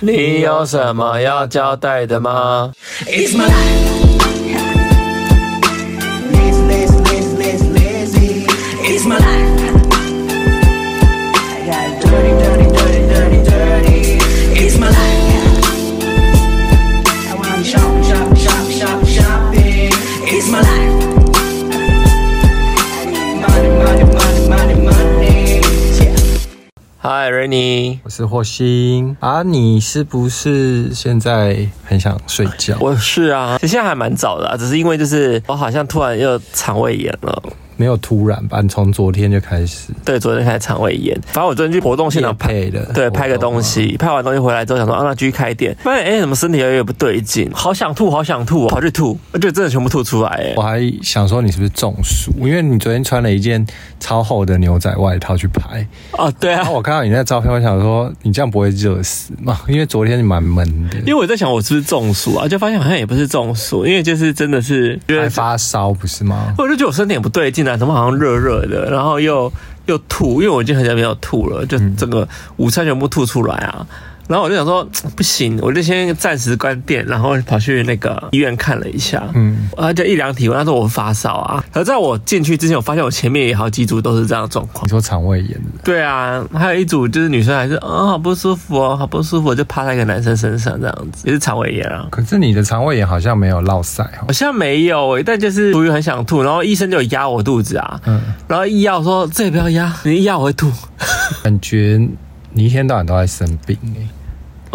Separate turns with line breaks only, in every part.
你有什么要交代的吗？
It's my life. Lazy, lazy, lazy, lazy, lazy. It's my life. I got dirty, dirty, dirty, dirty, dirty. It's my life. I wanna shop, shop, shop, shop, shopping. It's my life. I need money, money, money, money, money. Yeah.
嗨，Rainy，
我是霍星啊，你是不是现在很想睡觉？
我是啊，其实现在还蛮早的、啊，只是因为就是我好像突然又肠胃炎了。
没有突然吧？你从昨天就开始
对，昨天开始肠胃炎，反正我昨天去活动现场拍。
配的，
对，拍个东。西，拍完东西回来之后想说，啊，那继续开店，发现哎，怎么身体有点不对劲，好想吐，好想吐哦，跑去吐，而且真的全部吐出来，哎
我，还想说你是不是中暑，因为你昨天穿了一件超厚的牛仔外套去 拍，
啊，对啊
然后，我看到你那照片，我想说你这样不会热死吗？因为昨天蛮闷 的，
因为我在想我是不是中暑啊，就发现好像也不是中暑，因为就是真的是觉
还
得
发烧不是吗？
我就觉得我身体很不对劲啊，怎么好像热热的，然后又又吐，因为我已经很久没有吐了，就整个午餐全部吐出来啊。然后我就想说嗯不行，我就先暂时关店，然后跑去那个医院看了一下，嗯，啊，就一两体温，他说我发烧啊。可是在我进去之前，我发现我前面也好几组都是这样的状况
你。说肠胃炎的，
对啊，还有一组就是女生还是啊、好不舒服哦，好不舒服，就趴在一个男生身上这样子，也是肠胃炎啊。
可是你的肠胃炎好像没有落塞哦
好。像没有诶、欸但就是属于很想吐，然后医生就有压我肚子啊，
嗯
然后医药说这也不要压，你一压我会吐。
感觉你一天到晚都在生病哎、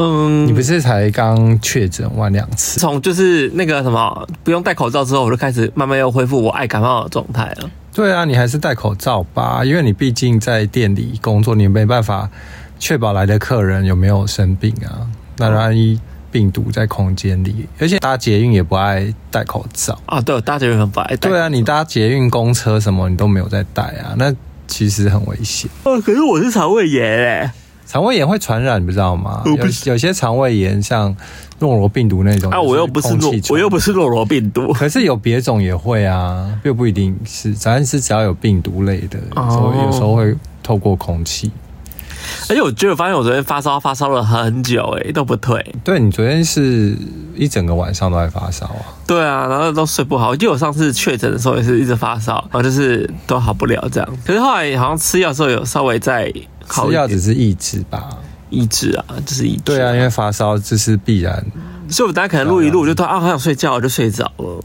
嗯，
你不是才刚确诊完两次？
从就是那个什么不用戴口罩之后，我就开始慢慢又恢复我爱感冒的状态了。
对啊，你还是戴口罩吧，因为你毕竟在店里工作，你没办法确保来的客人有没有生病啊。那万一病毒在空间里，而且搭捷运也不爱戴口罩。
啊，对，我大家也很不爱戴。
对啊，你搭捷运、公车什么你都没有在戴啊，那其实很危险。
哦，可是我是肠胃炎欸诶、
肠胃炎会传染，你不知道吗？
我
有
不知
有些肠胃炎像诺罗病毒那种，
啊，我又不是
哦空
诺
气，传
我又不是诺罗病毒。
可是有别种也会啊，又不一定是，反正是只要有病毒类的，
哦
所以有时候会透过空气。
而且我觉得我发现我昨天发烧发烧了很久诶、都不退。
对你昨天是一整个晚上都在发烧啊，
对啊，然后都睡不好。我记得我上次确诊的时候也是一直发烧，然后就是都好不了这样。可是后来好像吃药的时候有稍微再好
吃
一
药
点，
只是抑制吧？
抑制啊，就是抑制。
对啊，因为发烧这是必然。
所以我等下可能录一录，我就突然啊好想睡觉，我就睡着 了。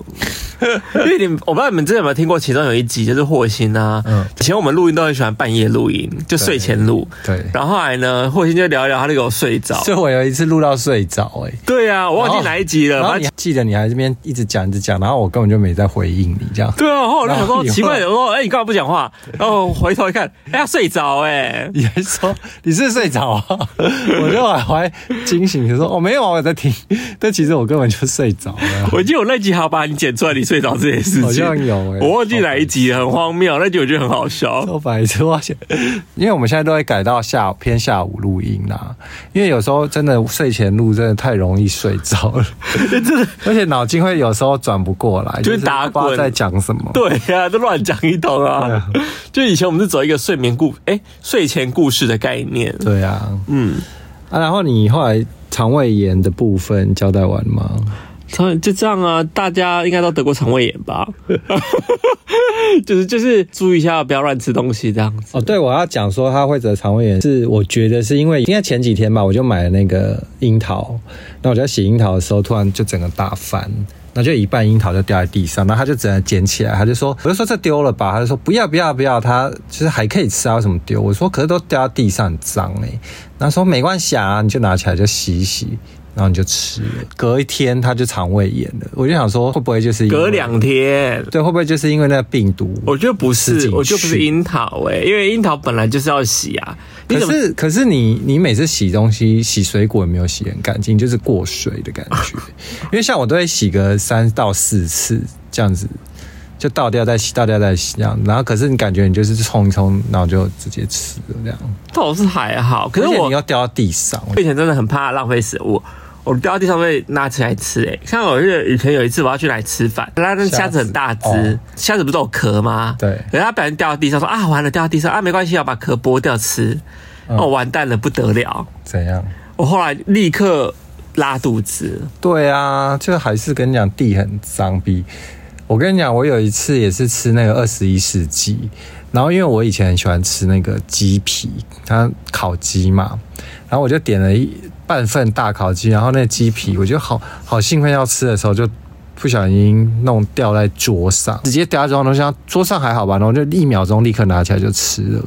因为你们我不知道你们之前有没有听过，其中有一集就是霍心啊，
嗯
以前我们录音都很喜欢半夜录音，就睡前录。
对，
然后后来呢，霍心就聊一聊，他就给我睡着。
就我有一次录到睡着、哎。
对啊，我忘记哪一集了，
然后
反
你
正。
记得你还这边一直讲一直讲，然后我根本就没在回应你这样。
对啊，然后我就想
然后
说
你
奇怪，
后
我说哎、你干嘛不讲话？然后我回头一看，哎、他睡着哎、
你还说你是睡 着啊？我就还惊醒，你说哦没有啊，我在听，但其实我根本就睡着了。
我记得我那集还要把你剪出来，你睡着这件事情，
好像有欸
我忘记哪一集了，很荒谬。那集我觉得很好笑。
都哦白痴，我想，因为我们现在都会改到下午偏下午录音啦，因为有时候真的睡前录真的太容易睡着 了，而且脑筋会有时候转不过来，
就是打
不知道
滚
在讲什么。
对呀、都乱讲一通啊！就以前我们是走一个睡眠故，哎、睡前故事的概念。
对啊，
嗯，
啊，然后你后来肠胃炎的部分交代完吗？
所以就这样啊，大家应该都得过肠胃炎吧？ 就是就是注意一下，不要乱吃东西这样子。
哦，对，我要讲说他会得肠胃炎，是我觉得是因为应该前几天吧，我就买了那个樱桃，那我就在洗樱桃的时候，突然就整个大翻，那就一半樱桃就掉在地上，然后他就只能捡起来，他就说，我就说这啊丢了吧，他就说不要不要不要，他就是还可以吃啊，为什么丢？我说可是都掉在地上很脏哎、欸，然后说没关系啊，你就拿起来就洗一洗。然后你就吃了，隔一天他就肠胃炎了。我就想说，会不会就是因为
隔两天，
对，会不会就是因为那个病毒？
我觉得不
吃
是，
进
我觉得不是
去
樱桃哎、因为樱桃本来就是要洗啊。你
可
怎么
是可是你你每次洗东西洗水果也没有洗很干净，就是过水的感 觉。因为像我都会洗个三到四次这样子，就倒掉再洗，倒掉再洗这样。然后可是你感觉你就是冲一冲，然后就直接吃了这样。
倒是还好，可
而
是
且
我
你要掉到地上，我
我以前真的很怕浪费食物，我掉到地上会拿起来吃、欸。哎，像我是以前有一次我要去哪里吃饭，那那虾子很大只，
虾子哦
虾子不是有壳吗？
对
可是它本来掉到地上，说啊啊完了掉到地上啊没关系，要把壳剥掉吃。
嗯
哦，完蛋了，不得了！
怎样？
我后来立刻拉肚子，
对啊，就还是跟你讲地很脏逼。我跟你讲，我有一次也是吃那个二十一世纪，然后因为我以前很喜欢吃那个鸡皮，它烤鸡嘛，然后我就点了一半份大烤鸡，然后那个鸡皮我就好好兴奋要吃的时候就。不小心弄掉在桌上，直接掉在桌上，我想桌上还好吧，然后就一秒钟立刻拿起来就吃了。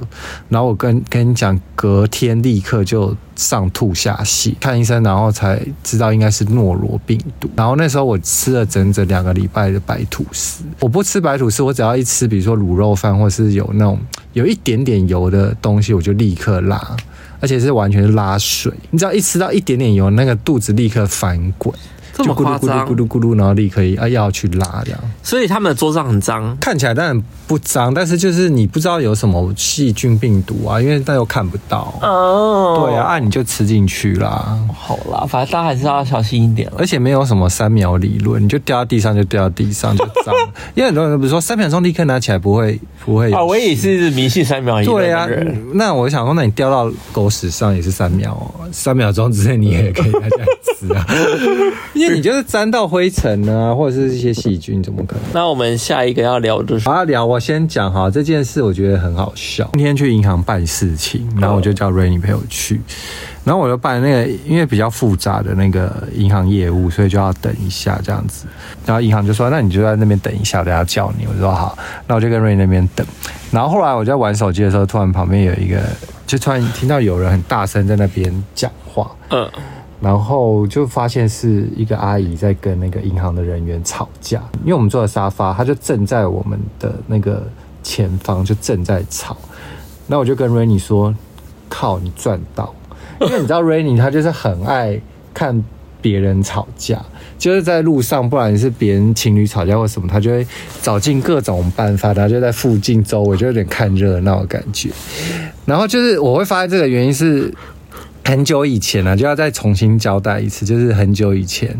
然后我跟跟你讲，隔天立刻就上吐下泻，看医生，然后才知道应该是诺罗病毒。然后那时候我吃了整整两个礼拜的白吐司，我不吃白吐司，我只要一吃，比如说卤肉饭或是有那种有一点点油的东西，我就立刻拉。而且是完全拉水，你只要一吃到一点点油，那个肚子立刻翻滚，
这
就
么
咕
夸
噜咕噜咕
张？
噜咕噜，然后立刻啊要去拉这样。
所以他们的桌上很脏，
看起来当然不脏，但是就是你不知道有什么细菌病毒啊，因为那又看不到。
哦
对啊，，啊你就吃进去啦，
好啦，反正大家还是要小心一点了。
而且没有什么三秒理论，你就掉到地上就掉到地上就 脏。因为很多人不是说三秒钟立刻拿起来不会不会有事。
啊，我也是迷信三秒一
对啊
的人，，
那我想说，那你掉到狗屎上也是三秒、哦，三秒钟之内你也可以拿起来 吃啊，因为你就是沾到灰尘啊，或者是一些细菌，怎么可能？
那我们下一个要聊的是
好，聊我先讲哈，这件事我觉得很好笑。今天去银行办事情，然后我就叫 Rainy 陪我去，然后我就办那个，因为比较复杂的那个银行业务，所以就要等一下这样子。然后银行就说：“那你就在那边等一下，等下叫你。”我说：“好。”那我就跟 Rainy 那边等。然后后来我在玩手机的时候，突然旁边有一个，就突然听到有人很大声在那边讲话，
嗯，
然后就发现是一个阿姨在跟那个银行的人员吵架，因为我们坐的沙发，她就正在我们的那个前方就正在吵，那我就跟 Rainy 说：“靠，你赚到！”因为你知道 Rainy 她就是很爱看别人吵架，就是在路上，不然是别人情侣吵架或什么，她就会找尽各种办法，然后就在附近周围就有点看热闹的感觉。然后就是我会发现这个原因是很久以前啊，就要再重新交代一次，就是很久以前，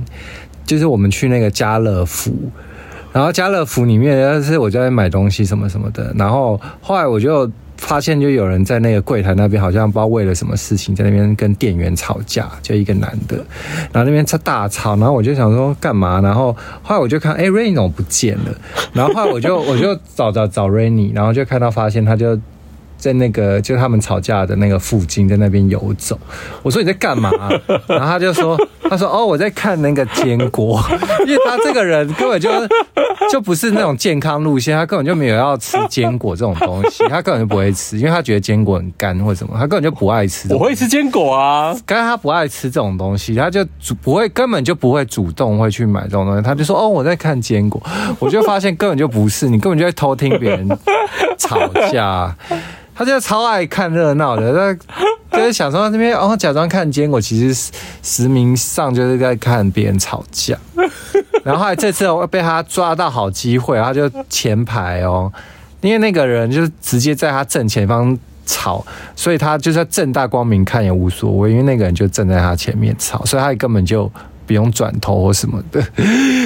就是我们去那个家乐福。然后家乐福里面，就是我在买东西什么什么的，然后后来我就发现，就有人在那个柜台那边，好像不知道为了什么事情，在那边跟店员吵架，就一个男的，然后那边大吵，然后我就想说干嘛，然后后来我就看，哎，Rainy 怎么不见了？然后后来我就 我就找找找 Rainy，然后就看到发现他就。在那个就他们吵架的那个附近，在那边游走。我说你在干嘛、然后他就说，他说哦，我在看那个坚果，因为他这个人根本就就不是那种健康路线，他根本就没有要吃坚果这种东西，他根本就不会吃，因为他觉得坚果很干或什么，他根本就不爱吃这种东西。
我会吃坚果啊，
刚才他不爱吃这种东西，他就主不会根本就不会主动会去买这种东西，他就说哦我在看坚果，我就发现根本就不是，你根本就在偷听别人吵架，他就超爱看热闹的，他就是想说那边哦假装看坚果，其实实实名上就是在看别人吵架，然后后来这次我被他抓到好机会，他就前排哦，因为那个人就是直接在他正前方吵，所以他就算正大光明看也无所谓，因为那个人就站在他前面吵，所以他根本就不用转头或什么的。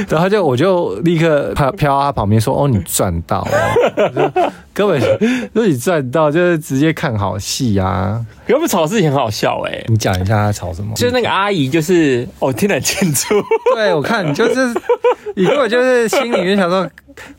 然后就我就立刻飘飘到他旁边说：“哦，你赚到哦！”根本就你赚到，就是直接看好戏啊！
可他们吵的事情很好笑哎、
你讲一下他吵什么？
就是那个阿姨，就是哦，天然建 筑，
对，我看你就是，你根本就是心里面想说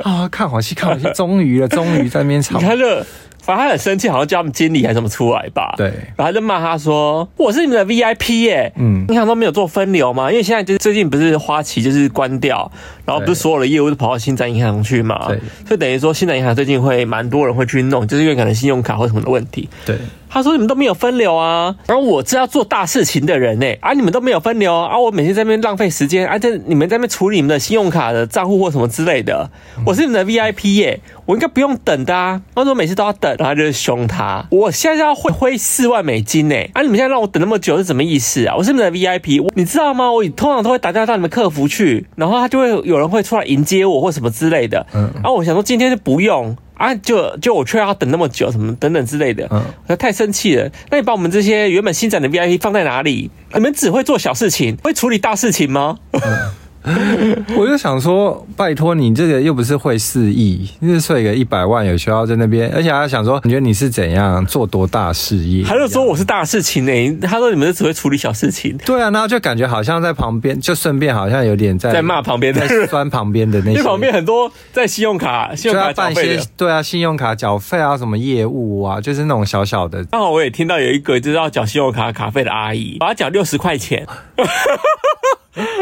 啊，看好戏，看好戏，终于了，终于在那边吵
你。看这，反正他很生气，好像叫他们经理还是什么出来吧，
对
然后他就骂他说：“我是你们的 VIP 耶、
嗯
银行都没有做分流嘛，因为现在就是最近不是花旗就是关掉，然后不
对
是所有的业务都跑到新展银行去嘛，
对，
所以等于说新展银行最近会蛮多人会去弄，就是因为可能信用卡或什么的问题，
对，
他说你们都没有分流啊，然后我是要做大事情的人呢、啊你们都没有分流啊，我每天在那边浪费时间，啊这你们在那边处理你们的信用卡的账户或什么之类的，我是你们的 VIP 耶、我应该不用等的啊，他说每次都要等，然后他就是凶他，我现在要汇汇四万美金呢、啊你们现在让我等那么久是什么意思啊？我是你们的 VIP，我你知道吗？我通常都会打电话到你们客服去，然后他就会有人会出来迎接我或什么之类的，
嗯
然后我想说今天就不用。啊，就就我却要等那么久，什么等等之类的，
嗯
我太生气了！那你把我们这些原本新展的 VIP 放在哪里？你们只会做小事情，会处理大事情吗？
我就想说，拜托你这个又不是会四亿，你是睡个一百万，有需要在那边？而且还想说，你觉得你是怎样做多大事业？
他就说我是大事情呢、他说你们只会处理小事情，
对啊，然后就感觉好像在旁边，就顺便好像有点在
在骂旁 边的
在
人，
酸旁边的那
因
些
为旁边很多在信用卡、信
就
用卡
要
缴
办一
费
些
的。
对啊，信用卡缴费啊，什么业务啊，就是那种小小的。
刚好我也听到有一个就是要缴信用卡卡费的阿姨，把她缴六十块钱，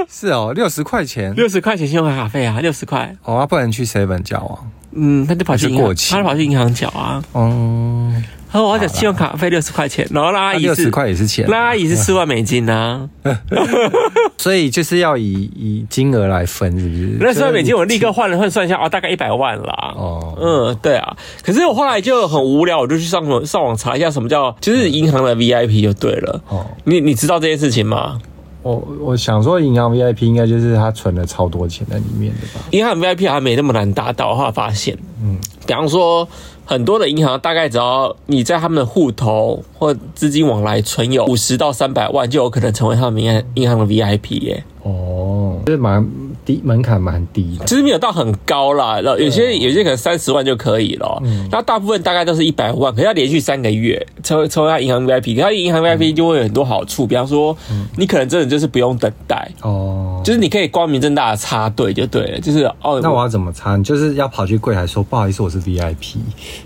是哦，六十块钱。
六十块钱信用卡卡费啊，六十块。
哦，啊不能去 seven 缴啊。
嗯，他就跑去
还是
银行
过，期
他就跑去银行缴啊。
哦，
他说我要缴信用卡费六十块钱，然后那阿姨
六
是
十，块也是钱啊。
那阿姨是四万美金啊。
所以就是要以以金额来分，是不是？
那四万美金
就是
我立刻换了换算一下，哦，大概一百万啦。
哦
嗯，对啊。可是我后来就很无聊，我就去上网上网查一下什么叫就是银行的 VIP 就对了。
哦
你你知道这件事情吗？
我哦我想说，银行 VIP 应该就是他存了超多钱在里面的吧？
银行 VIP 还没那么难达到，后来发现，嗯，比方说很多的银行大概只要你在他们的户头或资金往来存有五十到三百万，就有可能成为他们银行银行的 VIP 耶、
哦，就是蛮低门槛蛮低的。
其实没有到很高啦，然后有些有些可能三十万就可以了，
嗯
那大部分大概都是一百万，可是要连续三个月成为成为他银行 VIP，可他银行
嗯
VIP 就会有很多好处，比方说你可能真的就是不用等待，
哦，
就是你可以光明正大的插队就对了，就是哦，
那我要怎么参？就是要跑去柜台说不好意思，我是 VIP，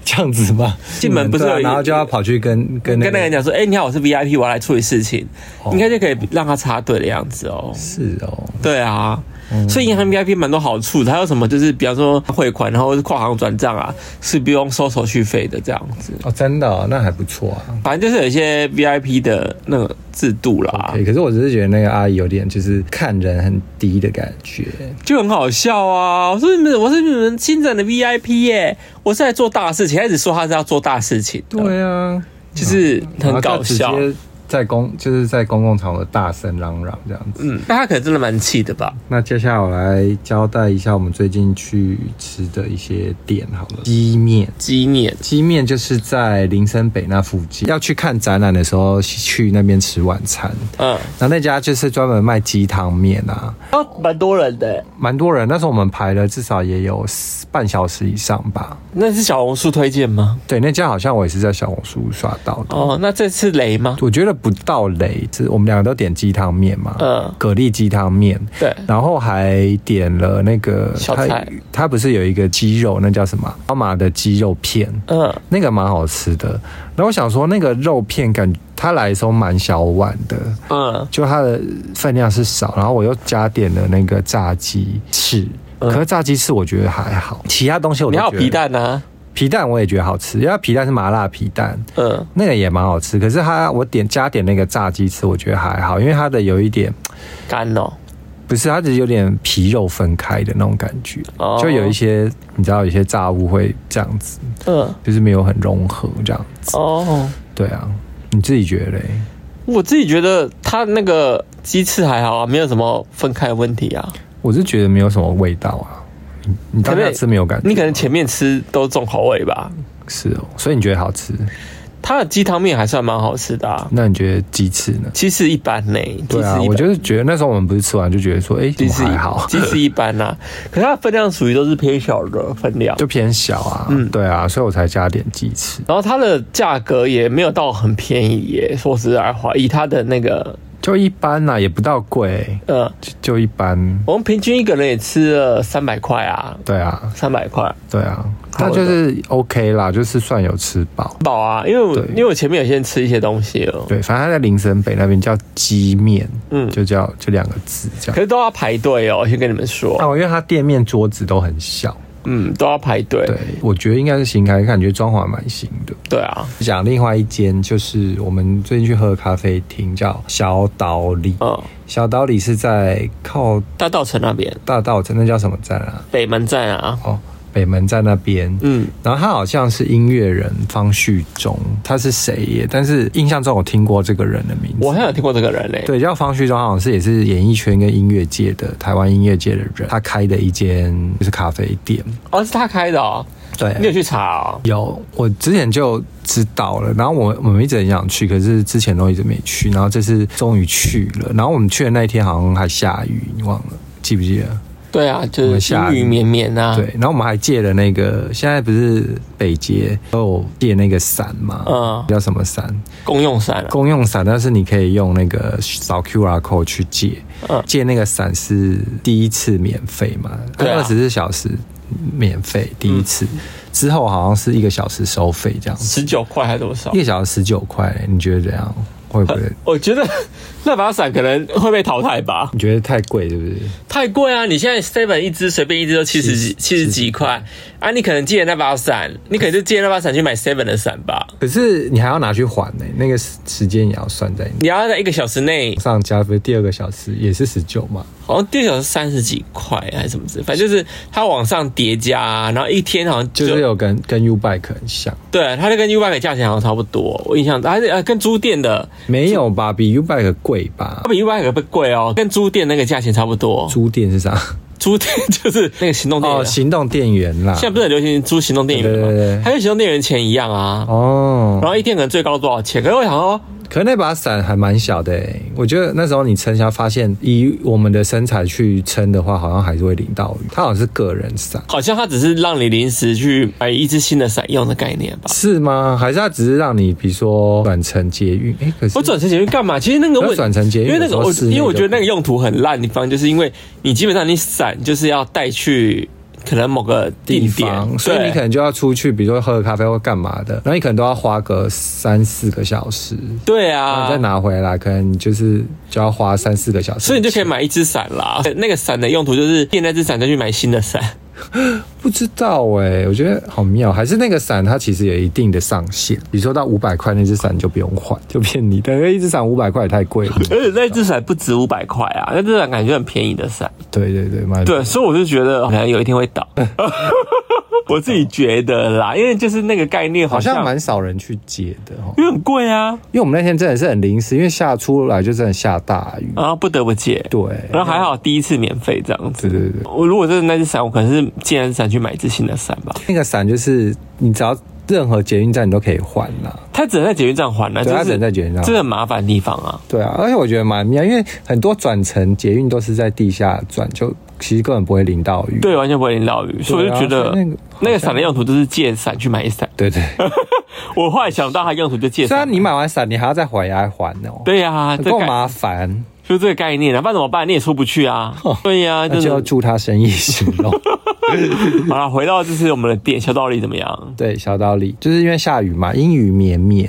这 样子吗？
进门不是
对啊
有一
然后就要跑去跟跟那
跟那个人
个哦
讲说，哎、你好，我是 VIP，我要来处理事情，应该就可以让他插队的样子哦。
是哦，
对啊，所以银行 VIP 蛮多好处的，还有什么就是比方说汇款，然后跨行转账啊，是不用收手续费的这样子。
哦，真的哦、那还不错啊。
反正就是有一些 VIP 的那个制度啦
可以可是我只是觉得那个阿姨有点就是看人很低的感觉。
就很好笑啊！我说你们，我是你们新人的 VIP 耶、我是来做大事情，他一直说他是要做大事情的，
对啊，
就是很
然后
搞
就直
笑。
接在公就是在公共场合大声嚷嚷这样子。
嗯，那他可能真的蛮气的吧？
那接下来我来交代一下我们最近去吃的一些店好了。鸡面，
鸡面
鸡面就是在林森北那附近，要去看展览的时候去那边吃晚餐。
嗯，
然后那家就是专门卖鸡汤面啊，
哦，蛮多人的、
蛮多人。那时候我们排了至少也有半小时以上吧。
那是小红书推荐吗？
对，那家好像我也是在小红书刷到的。
哦，那这次雷吗？
我觉得不到雷，是我们两个都点鸡汤面嘛，
嗯
蛤蜊鸡汤面，
对
然后还点了那个
小
它
菜
它不是有一个鸡肉，那叫什么？阿玛的鸡肉片，
嗯，
那个蛮好吃的。然后我想说，那个肉片感它来的时候蛮小碗的，
嗯，
就它的分量是少，然后我又加点了那个炸鸡翅。可是炸鸡翅我觉得还好，嗯其他东西我
你
都
还有
觉得
皮，蛋啊？
皮蛋我也觉得好吃，因为它皮蛋是麻辣皮蛋，
嗯，
那个也蛮好吃。可是它我点加点那个炸鸡翅，我觉得还好，因为它的有一点
干哦，
不是，它只是有点皮肉分开的那种感觉，
哦
就有一些你知道，有些炸物会这样子，
嗯，
就是没有很融合这样子。
哦，
对啊，你自己觉得嘞？
我自己觉得它那个鸡翅还好啊，没有什么分开的问题啊。
我是觉得没有什么味道啊。你你当
可
下
能
吃没有感觉吗？
你可能前面吃都重口味吧。
是哦，所以你觉得好吃？
它的鸡汤面还算蛮好吃的啊，
那你觉得鸡翅呢？
鸡翅一般呢、鸡翅一
对啊，
般。
我就是觉得那时候我们不是吃完就觉得说，哎、怎
鸡
么
翅
还好，
鸡翅一般啦、可是它的分量属于都是偏小的分量，
就偏小啊。
嗯
对啊，所以我才加点鸡翅。
然后它的价格也没有到很便宜耶。说实在话，以它的那个
就一般啊啦、也不到贵，
呃，
就就一般。
我们平均一个人也吃了三百块啊，
对啊，
三百块
对啊，
好的
那就是 OK 啦，就是算有吃饱。
饱啊，因为我
对
因为我前面有先吃一些东西哦了，
对，反正他在林森北那边叫鸡面，
嗯
嗯，就叫就两个字这
可
样。
是都要排队哦，先跟你们说，
哦，因为他店面桌子都很小，
嗯，都要排队，
对，我觉得应该是新开，感觉装潢蛮新的。
对啊，
讲另外一间，就是我们最近去喝的咖啡厅，叫小岛里。
嗯，
小岛里是在靠
大道城那边
大道城，那叫什么站啊？
北门站啊，
哦，北门站那边。
嗯，
然后他好像是音乐人方旭中，他是谁耶？但是印象中我听过这个人的名字。
我好像有听过这个人嘞、
对，叫方旭中，好像是也是演艺圈跟音乐界的台湾音乐界的人，他开的一间就是咖啡店。
哦，是他开的哦，你有
对，
去查哦，
有我之前就知道了，然后我我们一直很想去，可是之前都一直没去，然后这次终于去了。然后我们去的那一天好像还下雨，你忘了？记不记得？
对啊，
我
就是
们
阴
下
雨绵绵啊。
对，，然后我们还借了那个，现在不是北捷都有借那个伞嘛？
嗯
叫什么伞？
公用伞啊。
公用伞，但是你可以用那个扫 QR code 去借。
嗯
借那个伞是第一次免费嘛？
对啊
二十四小时免费第一次，之后好像是一个小时收费这样子，
十九块还多少
一？个小时十九块，你觉得怎样？会不会？
我觉得那把伞可能会被淘汰吧，
你觉得太贵是不是？
太贵啊！你现在 seven 一支随便一支都七十几、七十几块啊！你可能借那把伞，你可能就借那把伞去买 seven 的伞吧。
可是你还要拿去还呢、那个时时间也要算在你
你要在一个小时内，
上加分。第二个小时也是十九嘛？
好像第一个小时三十几块还是什么之类，反正就是它往上叠加、然后一天好像就
就是有跟跟 U Bike 很像，
对它就跟 U b i 价钱好像差不多，我印象还是呃跟租店的，
没有吧？比 U Bike 贵吧
它？比 U b i 不贵哦，跟租店那个价钱差不多。
租店是啥？
租店就是那个行动电源
哦，
啊，
行动电源啦。
现在不是很流行租行动电源
对对对
吗
对？
它跟行动电源钱一样啊。
哦，
然后一天可能最高多少钱？可是我想说，
可是那把伞还蛮小的、欸，我觉得那时候你撑下，发现以我们的身材去撑的话，好像还是会淋到雨。它好像是个人伞，
好像它只是让你临时去买一支新的伞用的概念吧。
是吗？还是它只是让你比如说转乘 捷运？哎、可是
我转成捷运干嘛？其实那个
那
问
转成捷运
因为那
有时
个
候
我
室内
因为我觉得
就可
那
以
个用途很烂的地方，就是因为你基本上你伞就是要带去可能某个
地
定点，
方，
对
所以你可能就要出去，比如说喝个咖啡或干嘛的，然后你可能都要花个三四个小时，
对
然
啊
后再。拿回来，可能就是就要花三四个小时。
所以你就可以买一支伞啦，那个伞的用途就是变那只伞再去买新的伞，
不知道哎、我觉得好妙，还是那个伞它其实有一定的上限，比如说到五百块那只伞就不用换，就骗你的，因为一只伞五百块也太贵 了。
而且那只伞不值五百块啊，那只伞感觉很便宜的伞。
对对对，蛮
对，所以我就觉得可能有一天会 倒，我自己觉得啦，因为就是那个概念好
好
像
像蛮少人去接的哦，
因为很贵啊，
因为我们那天真的是很临时，因为下出来就真的下大雨。
然后不得不借，
对，
然后还好第一次免费这样子。
对对对，
我如果真的那只伞，我可能是借那只伞去买一只新的伞吧。
那个伞就是你只要任何捷运站你都可以换啦。
它只能在捷运站还了，
对
啊就
它
是
只能在捷运站还
这很麻烦的地方啊。
对啊，而且我觉得蛮妙，因为很多转乘捷运都是在地下转，就其实根本不会淋到雨。
对，哦完全不会淋到雨，所以我就觉得
啊所以那个
那个伞的用途就是借伞去买伞。
对对，
我后来想到它用途就借
虽
伞
然
嘛。
你买完伞，你还要再回来还哦。
对呀、啊，
很
这
够
概
麻烦，
就这个概念啊，不然怎么办？你也出不去 啊。对呀、
那
是
就要祝他生意兴 隆。
好了，回到就是我们的店小道理怎么样？
对，小道理，就是因为下雨嘛，阴雨绵绵，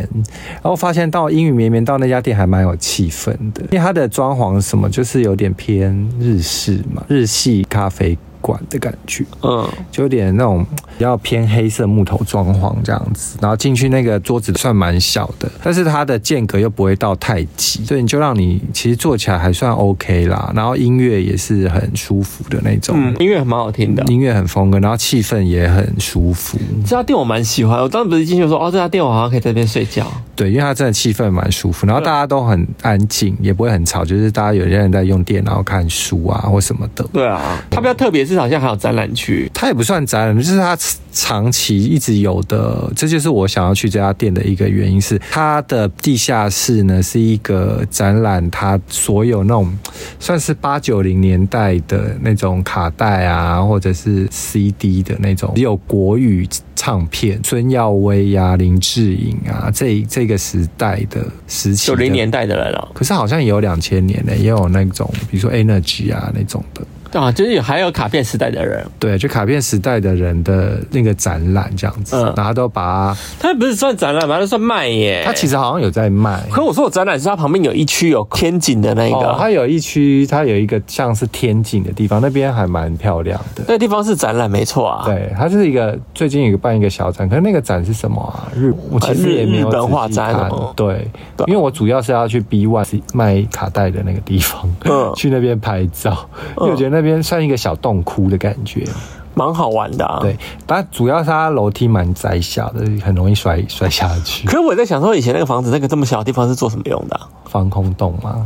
然后发现到阴雨绵绵到那家店还蛮有气氛的，因为它的装潢什么就是有点偏日式嘛，日系咖啡馆的感觉，
嗯，
就有点那种嗯比较偏黑色木头装潢这样子，然后进去那个桌子算蛮小的，但是它的间隔又不会到太挤，所以你就让你其实坐起来还算 OK 啦，然后音乐也是很舒服的那种，
嗯，音乐还蛮好听的。
音乐很风格，然后气氛也很舒服。
这家店我蛮喜欢，我当时不是进去说哦，这家店我好像可以在这边睡觉。
对，因为它真的气氛蛮舒服，然后大家都很安静，也不会很吵，就是大家有些人在用电脑看书啊或什么的。
对啊，它比较特别是好像还有展览区，
它也不算展览，就是它长期一直有的，这就是我想要去这家店的一个原因是，它的地下室呢是一个展览，它所有那种算是八九零年代的那种卡带啊，或者是 CD 的那种，也有国语唱片，孙耀威呀、林志颖啊，这这个时代的时期
九
的
零年代的人哦，
可是好像也有两千年的，也有那种比如说 Energy 啊那种的，
对啊，就是有还有卡片时代的人，
对，就卡片时代的人的那个展览这样子，
嗯
然后都把它，
它不是算展览吧，它算卖耶。
它其实好像有在卖。
可我说我展览是它旁边有一区有天井的那
哦，它
个，
有一区，它有一个像是天井的地方，那边还蛮漂亮的。
那地方是展览没错啊。
对，它是一个最近有个办一个小展，可是那个展是什么啊？日，我其实
呃日
也没有
日本画
仔细
展
看
哦
对，
对
因为我主要是要去 B One 卖卡带的那个地方，
嗯
去那边拍照，因为我觉得那边算一个小洞窟的感觉。
嗯蛮好玩的啊。
对，但主要是它楼梯蛮窄小的，很容易摔摔下去
可。是我在想说，以前那个房子那个这么小的地方是做什么用的啊、
防空洞吗？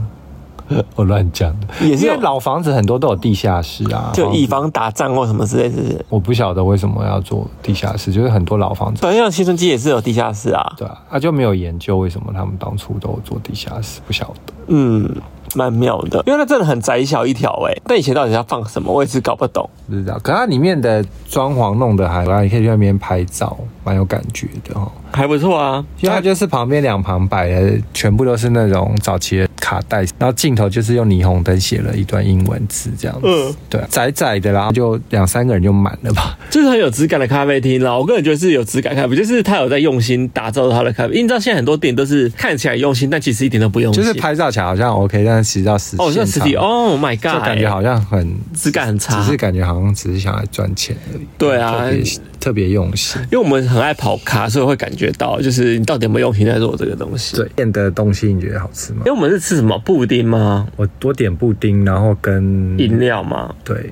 我乱讲的，
也是
因
有
为老房子很多都有地下室啊，
就
房
以
子
防打仗或什么之类，是不是？
我不晓得为什么要做地下室，就是很多老房子。
对，像新春机也是有地下室啊。
对啊，他、就没有研究为什么他们当初都有做地下室，不晓得。
嗯，蛮妙的，因为它真的很窄小一条哎、但以前到底要放什么，我也是搞不懂。
不知道。可它里面的装潢弄得还，啊你可以去那边拍照，蛮有感觉的哦。
还不错啊，
因为它就是旁边两旁摆的全部都是那种早期的卡带，然后镜头就是用霓虹灯写了一段英文字这样子，
嗯
对、啊，窄窄的啦，然后就两三个人就满了吧。
就是很有质感的咖啡厅啦。我个人觉得是有质感咖啡，就是他有在用心打造他的咖啡。因为你知道现在很多店都是看起来用心，但其实一点都不用
就
心。
是拍照起来好像 OK，但是实际到实
哦，
现
像实体
场
，Oh my God，
就感觉好像很
质感很差
只是感觉好像只是想来赚钱而已。
对啊
特别特别用心。
因为我们很爱跑咖，所以会感觉到就是你到底有没有用心在做这个东西。
对，，店的东西你觉得好吃吗
因？为我们是吃什么布丁吗？
我我点布丁，然后跟
饮料吗？
对，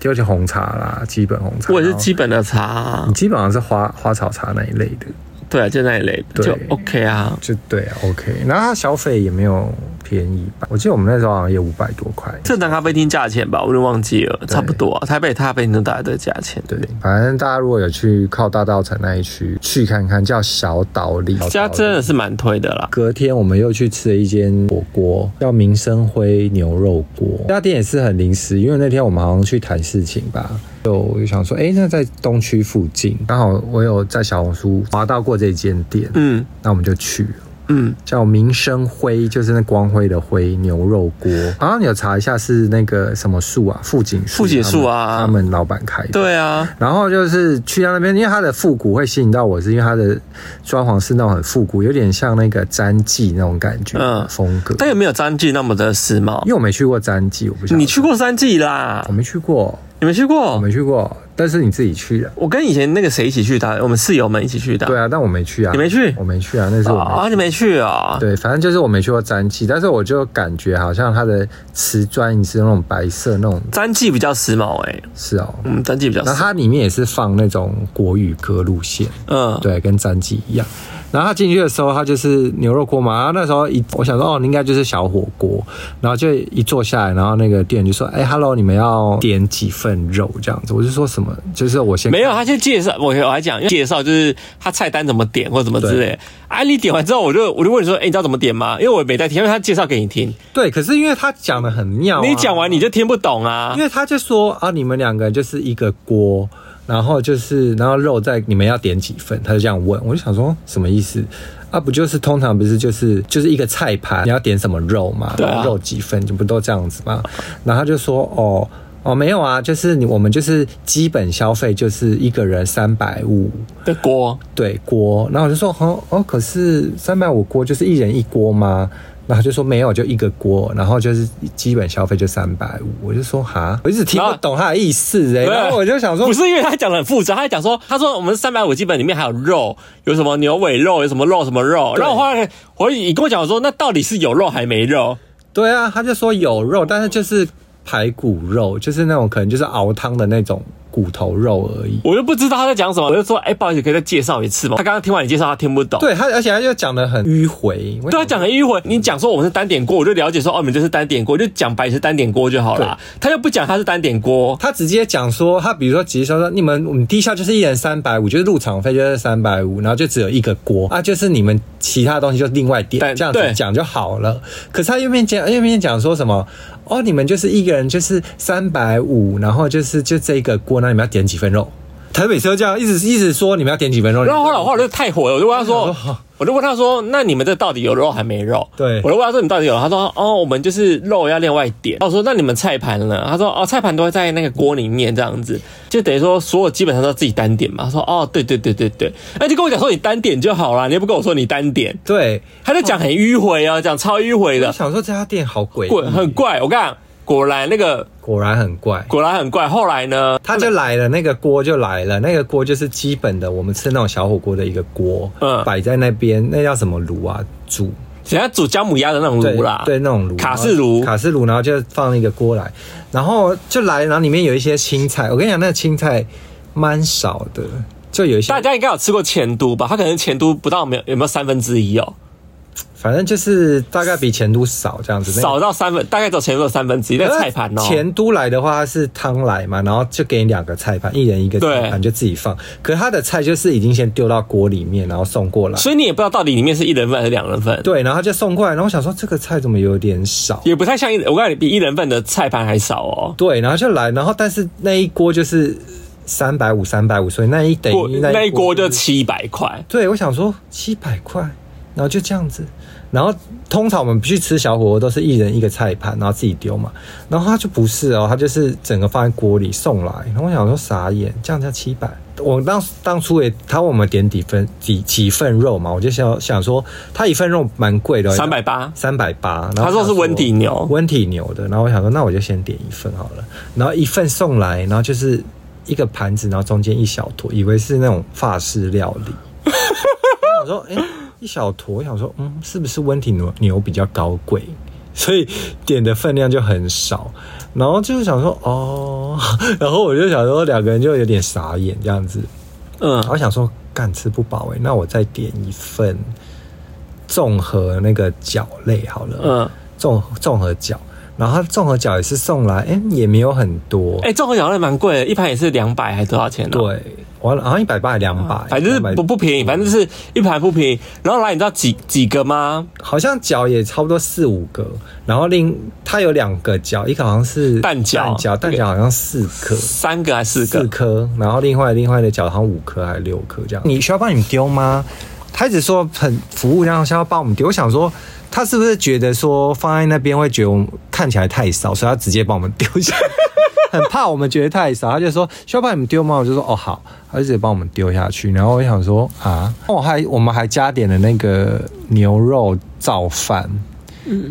就是红茶啦，基本红茶。
我也是
然后
基本的茶啊、
基本上是花花草茶那一类的，
对啊，就那一类的，
对
就 OK 啊。
就对啊，OK。然后它消费也没有便宜吧？我记得我们那时候好像也五百多块。
正常咖啡厅价钱吧，我有点忘记了，差不多、啊。台北咖啡厅都大概这个价钱。
对，反正大家如果有去靠大道城那一区去看看，叫小岛里。
这家真的是蛮推的啦。
隔天我们又去吃了一间火锅，叫民生辉牛肉锅。这家店也是很临时，因为那天我们好像去谈事情吧，就我就想说，哎、那在东区附近，刚好我有在小红书划到过这间店，
嗯
那我们就去了。
嗯，
叫民生辉，就是那光辉的辉牛肉锅。好像你有查一下是那个什么树啊，富锦树，
富锦树啊
他们他们老板开的。
对啊，
然后就是去到那边，因为它的复古会吸引到我，是因为它的装潢是那种很复古，有点像那个詹记那种感觉，
嗯
风格。
但有没有张记那么的时髦
因？为我没去过詹记，我不晓得
你去？过三季啦
我？没去过，
你没去
我
过？
没去过，但是你自己去的。
我跟以前那个谁一起去的，我们室友们一起去的。
对啊，但我没去啊。
你没去
我没去啊，那是我没去
啊，你没去啊？
对，反正就是我没去过詹记，但是我就感觉好像它的瓷砖是那种白色那种，
张记比较时髦哎、
是哦。
嗯，张记比较时
然后
髦。
它里面也是放那种国语歌路线，
嗯，
对，跟詹记一样。然后他进去的时候，他就是牛肉锅嘛。然后那时候一，我想说，哦，应该就是小火锅。然后就一坐下来，然后那个店员就说：“哎，hello，你们要点几份肉这样子？”我就说什么，就是我 先
没有，他就介绍，我我还讲介绍就是他菜单怎么点或怎么之类。啊，你点完之后，我就我就问你说，哎、你知道怎么点吗？因为我也没在听，因为他介绍给你听，
对。可是因为他讲的很妙、啊，
你讲完你就听不懂啊
因。为他就说啊，你们两个就是一个锅，然后就是然后肉在你们要点几份，他就这样问，我就想说什么意思？啊，不就是通常不是就是就是一个菜盘，你要点什么肉嘛，
对啊
然后肉几份，就不都这样子嘛？然后他就说哦。哦，没有啊，就是你我们就是基本消费就是一个人三百五，
的锅，
对锅，然后我就说哦哦，可是三百五锅就是一人一锅吗？然后他就说没有，就一个锅，然后就是基本消费就三百五。我就说哈，我一直听不懂他的意思哎、
对啊
然后我就想说
不，是因为他讲的很复杂，他还讲说，他说我们三百五基本里面还有肉，有什么牛尾肉，有什么肉什么肉。然后我后来我你跟我讲说，那到底是有肉还没肉？
对啊，他就说有肉，但是就是排骨肉，就是那种可能就是熬汤的那种骨头肉而已。
我就不知道他在讲什么，我就说，哎、不好意思，可以再介绍一次吗？他刚刚听完你介绍，他听不懂。
对他，而且他就讲的很迂回，我
对他讲很迂回，你讲说我们是单点锅，我就了解说哦，你们就是单点锅，就讲白是单点锅就好了。他又不讲他是单点锅，
他直接讲说，他比如说直接说说你们我们低效就是一人三百五，就是入场费就是三百五，然后就只有一个锅啊，就是你们其他东西就另外
对
点，这样子
对
讲就好了。可是他右边讲右边讲说什么？哦，你们就是一个人就是三百五，然后就是就这一个锅，那你们要点几份肉？台北车这样一直一直说你们要点几份肉，
然后后来
你
我
们
后来就太火了，我就问他
我
说哦
想说，
我就问他说，那你们这到底有肉还没肉？
对
我就问他说你到底有肉？他说哦，我们就是肉要另外点。我说那你们菜盘呢？他说哦，菜盘都会在那个锅里面这样子，就等于说所有基本上都自己单点嘛。他说哦，对对对对对，那就跟我讲说你单点就好啦，你又不跟我说你单点，
对，
他就讲很迂回啊，讲超迂回
我
的，
想说这家店好诡
怪
异，
很怪。我跟你讲，果然那个。
果然很怪。
果然很怪。后来呢，
他就来了，那个锅就来了，那个锅就是基本的，我们吃那种小火锅的一个锅，
嗯
摆在那边，那叫什么炉啊？煮
人家煮姜母鸭的那种
对
炉啦，
对，那种炉，
卡式炉
然后卡式炉，然后就放一个锅来，然后就来，然后里面有一些青菜，我跟你讲，那个青菜蛮少的，就有一些
大家应该有吃过前都吧？它可能前都不到没有有没有三分之一哦，
反正就是大概比前都少这样子。那个
少到三分，大概只有前面有三分之一，那个菜盘哦，
前都来的话它是汤来嘛，然后就给你两个菜盘，一人一个
对
菜盘就自己放。可是他的菜就是已经先丢到锅里面，然后送过来。
所以你也不知道到底里面是一人份还是两人份，
对，然后他就送过来，然后我想说这个菜怎么有点少？
也不太像一人，我告诉你，比一人份的菜盘还少哦。
对，然后就来，然后但是那一锅就是三百五，三百五，所以那一等
锅
于
那一锅就是七百块，
对，我想说七百块，然后就这样子。然后通常我们去吃小火锅都是一人一个菜盘，然后自己丢嘛。然后他就不是哦，他就是整个放在锅里送来。然后我想说傻眼，这样才七百。我当当初也他问我们点几份几几份肉嘛，我就想想说他一份肉蛮贵的，哦
三百八，
三百八。
啊
然后
他说
想
是温体牛
温体牛的。然后我想说，那我就先点一份好了。然后一份送来，然后就是一个盘子，然后中间一小坨，以为是那种法式料 理。我想说，哎、一小坨，我想说，嗯，是不是温体牛牛比较高贵？所以点的分量就很少，然后就是想说哦，然后我就想说两个人就有点傻眼这样子，
嗯
然，后想说干吃不饱哎、那我再点一份综合那个饺类好了，
嗯，
综综合饺，然后它综合饺也是送来，哎、也没有很多，
哎、综合饺类蛮贵的，一盘也是两百还多少钱呢、啊？
对，完了好像一百八两百，
反啊正是
200
不不便宜，反正是一盘不便宜。然后来，你知道几几个吗？
好像脚也差不多四五个，然后另它有两个脚，一个好像是
蛋饺
蛋饺蛋饺好像四颗。
三个还是四
四
个？
颗，然后另外另外的脚好像五颗还是六颗这样。你需要帮你们丢吗？他一直说很服务，然后需要帮我们丢。我想说，他是不是觉得说放在那边会觉得我们看起来太少，所以他直接帮我们丢 下去，很怕我们觉得太少。他就说需要帮你们丢吗？我就说哦好，他就直接帮我们丢下去。然后我想说啊，我还我们还加点了那个牛肉造饭，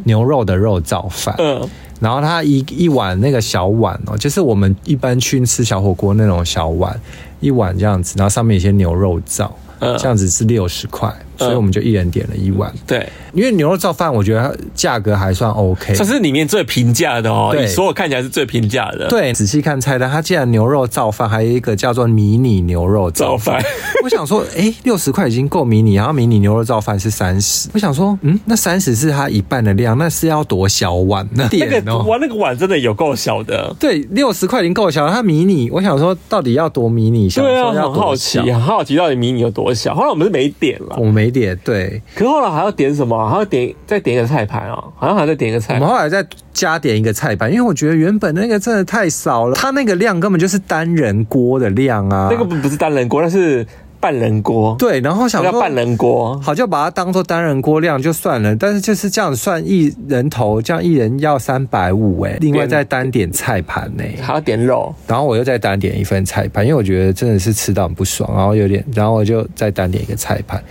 牛肉的肉造饭，
嗯，
然后它一一碗那个小碗哦，就是我们一般去吃小火锅那种小碗，一碗这样子，然后上面有一些牛肉燥，
嗯
这样子是六十块，
嗯
所以我们就一人点了一碗。
对，
因为牛肉燥饭，我觉得它价格还算 OK。
这是里面最平价的哦，
哎对
你所有看起来是最平价的。，
对，仔细看菜单，它竟然牛肉燥饭，还有一个叫做迷你牛肉
早
燥 饭。
饭
我想说，哎、6六十块已经够迷你，然后迷你牛肉燥饭是三十。我想说，嗯，那三十是它一半的量，那是要多小碗
那
呢？点
个
哦
碗那个碗真的有够小的。
对，六十块已经够小了。它迷你，我想说到底要多迷你？想
对啊，
说要
很
多
好奇，
小哦
很好奇到底迷你有多小。后来我们是没点了
我，没点。对，
可是后来还要点什么啊？还要点再点一个菜盘啊，好像还要再点一个
我
菜
们
盘。
后来再加点一个菜板，因为我觉得原本那个真的太少了，它那个量根本就是单人锅的量啊。
那个不不是单人锅，那是半人锅。，
对，然后想
那叫
说
半人锅。
好，就把它当做单人锅量就算了，但是就是这样算一人头，这样一人要三百五哎，另外再单点菜盘呢、
还要点肉，
然后我又再单点一份菜盘，因为我觉得真的是吃到很不爽，然后有点，然后我就再单点一个菜盘。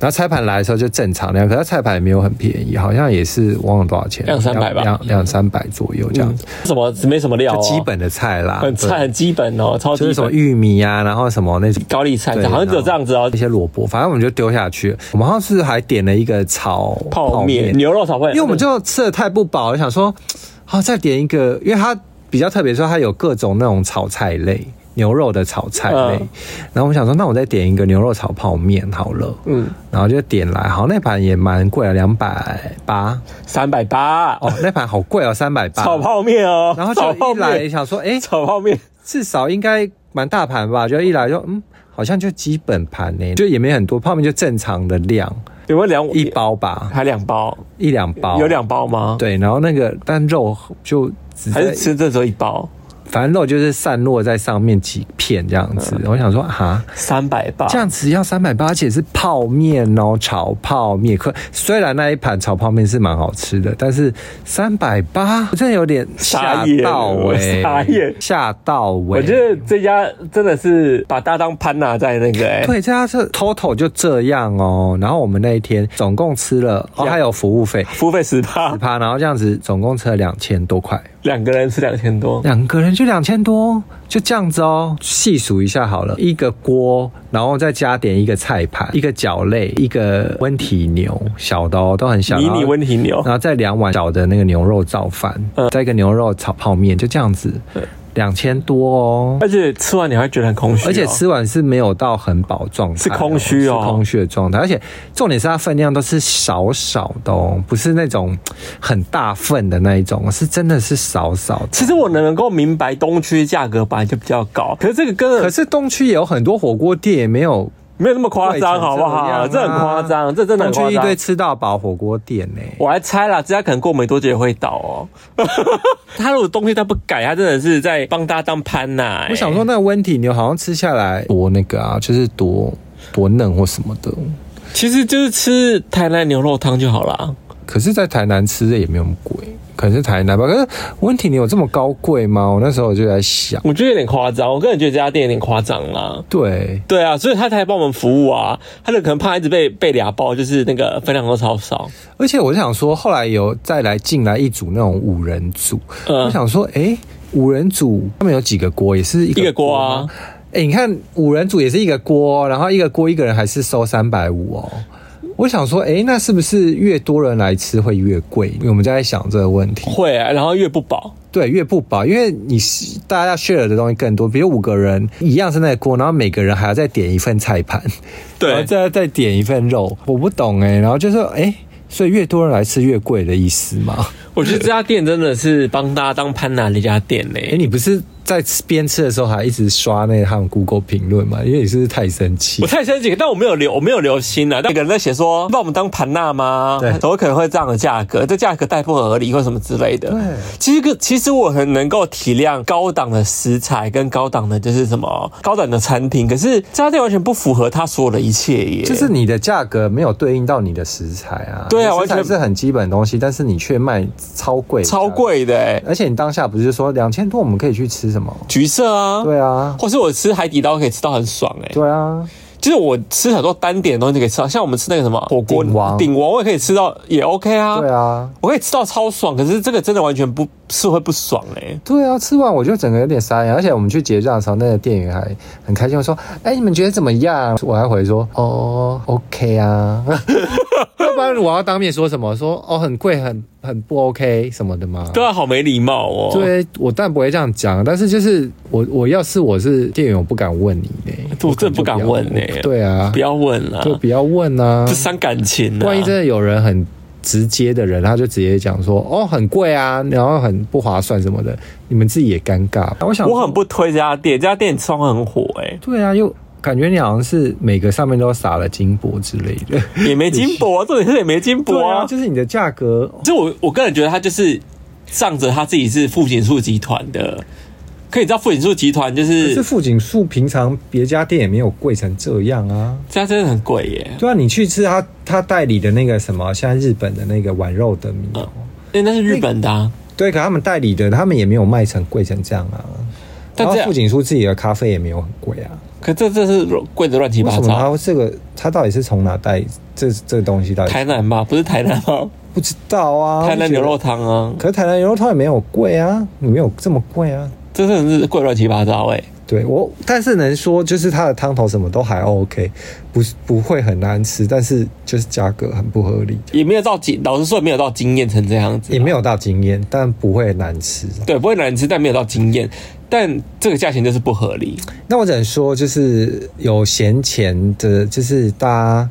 然后菜盘来的时候就正常量，可是菜盘也没有很便宜，好像也是忘了多少钱，
两三百吧
两两两三百左右这样子，
什么没什么料、哦，
就嗯基本的菜啦，
很菜
对，
很基本哦，超基
就是什么
本。
玉米啊，然后什么那种
高丽菜
对
好像只有这样子哦
一，些萝卜，反正我们就丢下去了。我们好像是还点了一个炒
泡面、牛肉炒泡面，
因为我们就吃的太不饱，我想说，好、再点一个，因为它比较特别，说它有各种那种炒菜类，牛肉的炒菜类。
嗯
然后我们想说，那我再点一个牛肉炒泡面好了。
嗯
然后就点来，好，那盘也蛮贵啊，两百 八
三百八
哦，那盘好贵哦，三百八。
炒泡面哦，
然后
炒
就
泡
一来
面，
想说，哎、
炒泡面，
至少应该蛮大盘吧？就一来就嗯，好像就基本盘呢、就也没很多，泡面就正常的量，
有没有两
一包吧，
还两包？
一两包，
有两包吗？，
对，然后那个但肉就只
还
在
是吃这时候一包
反正肉就是散落在上面几片这样子。
嗯
我想说，哈，
三百八，
这样子要三百八，而且是泡面哦，炒泡面。可虽然那一盘炒泡面是蛮好吃的，但是三百八，我真的有点吓
傻眼
到
我
哎、
傻眼
吓到欸我、
我觉得这家真的是把大家当潘娜在那个哎、
对，这家是 total 就这样哦。然后我们那一天总共吃了，哦，还有服务费
服务费十八
十，趴，然后这样子总共吃了两千多块。
两个人吃两千多，
两个人就两千多，就这样子哦。细数一下好了，一个锅，然后再加点一个菜盘，一个饺类，一个温体牛，小的哦，都很小。嗯
迷
然
你
后
温哦嗯体牛
然，后再两碗小的那个牛肉造饭，再一个牛肉炒泡面，就这样子。两千多哦，
而且吃完你还会觉得很空虚哦、
而且吃完是没有到很饱状态哦、
是空虚哦
是空虚的状态。而且重点是它分量都是少少的哦，不是那种很大份的那一种，是真的是少少的。
其实我能够明白东区价格本来就比较高，可是这个
可
跟
是东区也有很多火锅店，也没有
没有那么夸张，好不好？
贵成
这
样啊
很夸张，这真的很
东
夸
区一堆
张。哎
吃到饱火锅店呢、
我还猜啦，这家可能过没多久也会倒哦。 他如果东西他不改，他真的是在帮大家当潘呐、欸
我想说，那个温体牛好像吃下来多那个啊，就是多多嫩或什么的。
其实就是吃台南牛肉汤就好啦。
可是，在台南吃的也没有那么贵，可能是台南吧。可是温体牛有这么高贵吗？我那时候我就在想，
我觉得有点夸张，我个人觉得这家店有点夸张啦。
对，
对啊，所以他才帮我们服务啊。他就可能怕一直被被俩包，就是那个分量都超少。
而且我想说，后来有再来进来一组那种五人组，
嗯
我想说，哎、五人组他们有几个锅？也是一
一
个
个锅啊
吗。哎、你看五人组也是一个锅，然后一个锅一个人还是收三百五哦。我想说，哎、那是不是越多人来吃会越贵？我们就在想这个问题。
会、啊，然后越不饱。
对，越不饱，因为你是大家 share 的东西更多，比如五个人一样是那个锅，然后每个人还要再点一份菜盘，然后
对，
再再点一份肉，我不懂哎、然后就说哎、诶所以越多人来吃越贵的意思嘛？
我觉得这家店真的是帮大家当潘娜的一家店呢、
哎、你不是在吃边吃的时候还一直刷那个他们 Google 评论嘛？因为你是不是太生气
我？太生气，但我没有留，我没有留心啊了。但有个人在写说，把我们当盘纳吗？
对
怎么可能会这样的价格？这价格太不合理，或什么之类的。
对
其实个其实我很能够体谅高档的食材跟高档的，就是什么高档的产品，可是这家店完全不符合它所有的一切耶。
就是你的价格没有对应到你的食材啊，
对啊
你的食
完
材
全
是很基本的东西，但是你却卖超贵，
超，贵的耶，
而且你当下不是说两千多我们可以去吃什么？
橘色啊，
对啊，
或是我吃海底捞可以吃到很爽哎。
对啊，
就是我吃很多单点的东西可以吃到，像我们吃那个什么火锅
鼎王
鼎王我也可以吃到，也 OK 啊。
对啊。
我可以吃到超爽，可是这个真的完全不是会不爽哎、
对啊，吃完我就整个有点傻眼，而且我们去结账的时候，那个店员还很开心地说：“哎、你们觉得怎么样？”我还回说：“哦，OK 啊。” 要不然我要当面说什么？说哦，很贵，很很不 OK 什么的吗？
对啊，好没礼貌哦。，
对，我当然不会这样讲，但是就是我我要是我是店员，我不敢问你呢、
我真的不敢问呢、
对啊
不，要问啦，
就不要问啊
这，伤感情啊。
万一真的有人很。直接的人，他就直接讲说：“哦，很贵啊，然后很不划算什么的，你们自己也尴尬。”我想，
我很不推这家店，这家店超很火哎、
对啊，又感觉你好像是每个上面都撒了金箔之类 的。
也没金箔、 啊，重点是也没金箔
对
啊。
啊，就是你的价格
就我我个人觉得他就是仗着他自己是富锦树集团的，可以知道富锦树集团就
可
是
是富锦树平常别家店也没有贵成这样啊。
这家真的很贵耶、
对啊，你去吃他他代理的那个什么，现在日本的那个碗肉的米
嗯
哦、
因为那是日本的、啊，
对，可他们代理的他们也没有卖成贵成这样啊。
但
然后
这样
富锦树自己的咖啡也没有很贵啊，
可这这是贵的乱七
为
八
什么
糟。
他这个他到底是从哪代这这东西到底
台南吧，不是台南吗？
不知道啊？
台南牛
我
肉
觉
汤啊
得，，可是台南牛肉汤也没有贵啊，也没有这么贵啊。
这真的是贵乱七八糟哎、
对我，但是能说就是它的汤头什么都还 OK，不是不会很难吃，但是就是价格很不合理，
也没有到经，老实说也没有到惊艳成这样子，
也没有到惊艳，但不会难吃。
对，不会难吃，但没有到惊艳，但这个价钱就是不合 理。
那我只能说，就是有闲钱的，就是大家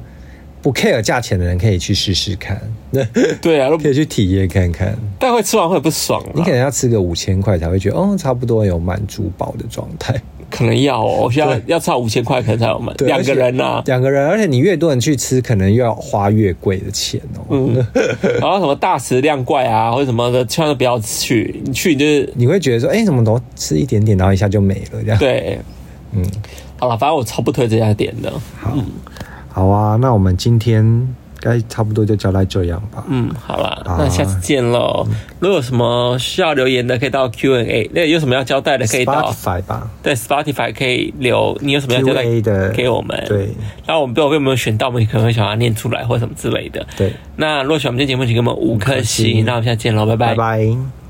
不 care 价钱的人可以去试试看，
对啊，如
可以去体验看看。
但会吃完会不爽啊
你
啦
可，能要吃个五千块才会觉得，哦，差不多有满足饱的状态。
可能要哦，需要要差五千块可能才有满，
对
两个人啊呐、
而且两个人，而且你越多人去吃，可能又要花越贵的钱哦。
然后什么大食量怪啊，或者什么的，千万都不要去，你去你就是
你会觉得说，哎、怎么都吃一点点，然后一下就没了这样。
对，嗯
嗯，
好了，反正我超不推这家店的，
好，好啊，那我们今天该差不多就交代这样吧。
嗯，好啦，
好
那下次见喽。
嗯
如果有什么需要留言的，可以到 Q&A，那有什么要交代的，可以到
Spotify 吧
对 Spotify 可以留你有什么要交代
，Q&A 的
给我们，
对
然后我们不知道有没有选到，我们可能会想要念出来或什么之类的。
对，
那如果喜欢我们今天节目，请给我们五颗
星
星。那我们下次见喽，拜
拜拜。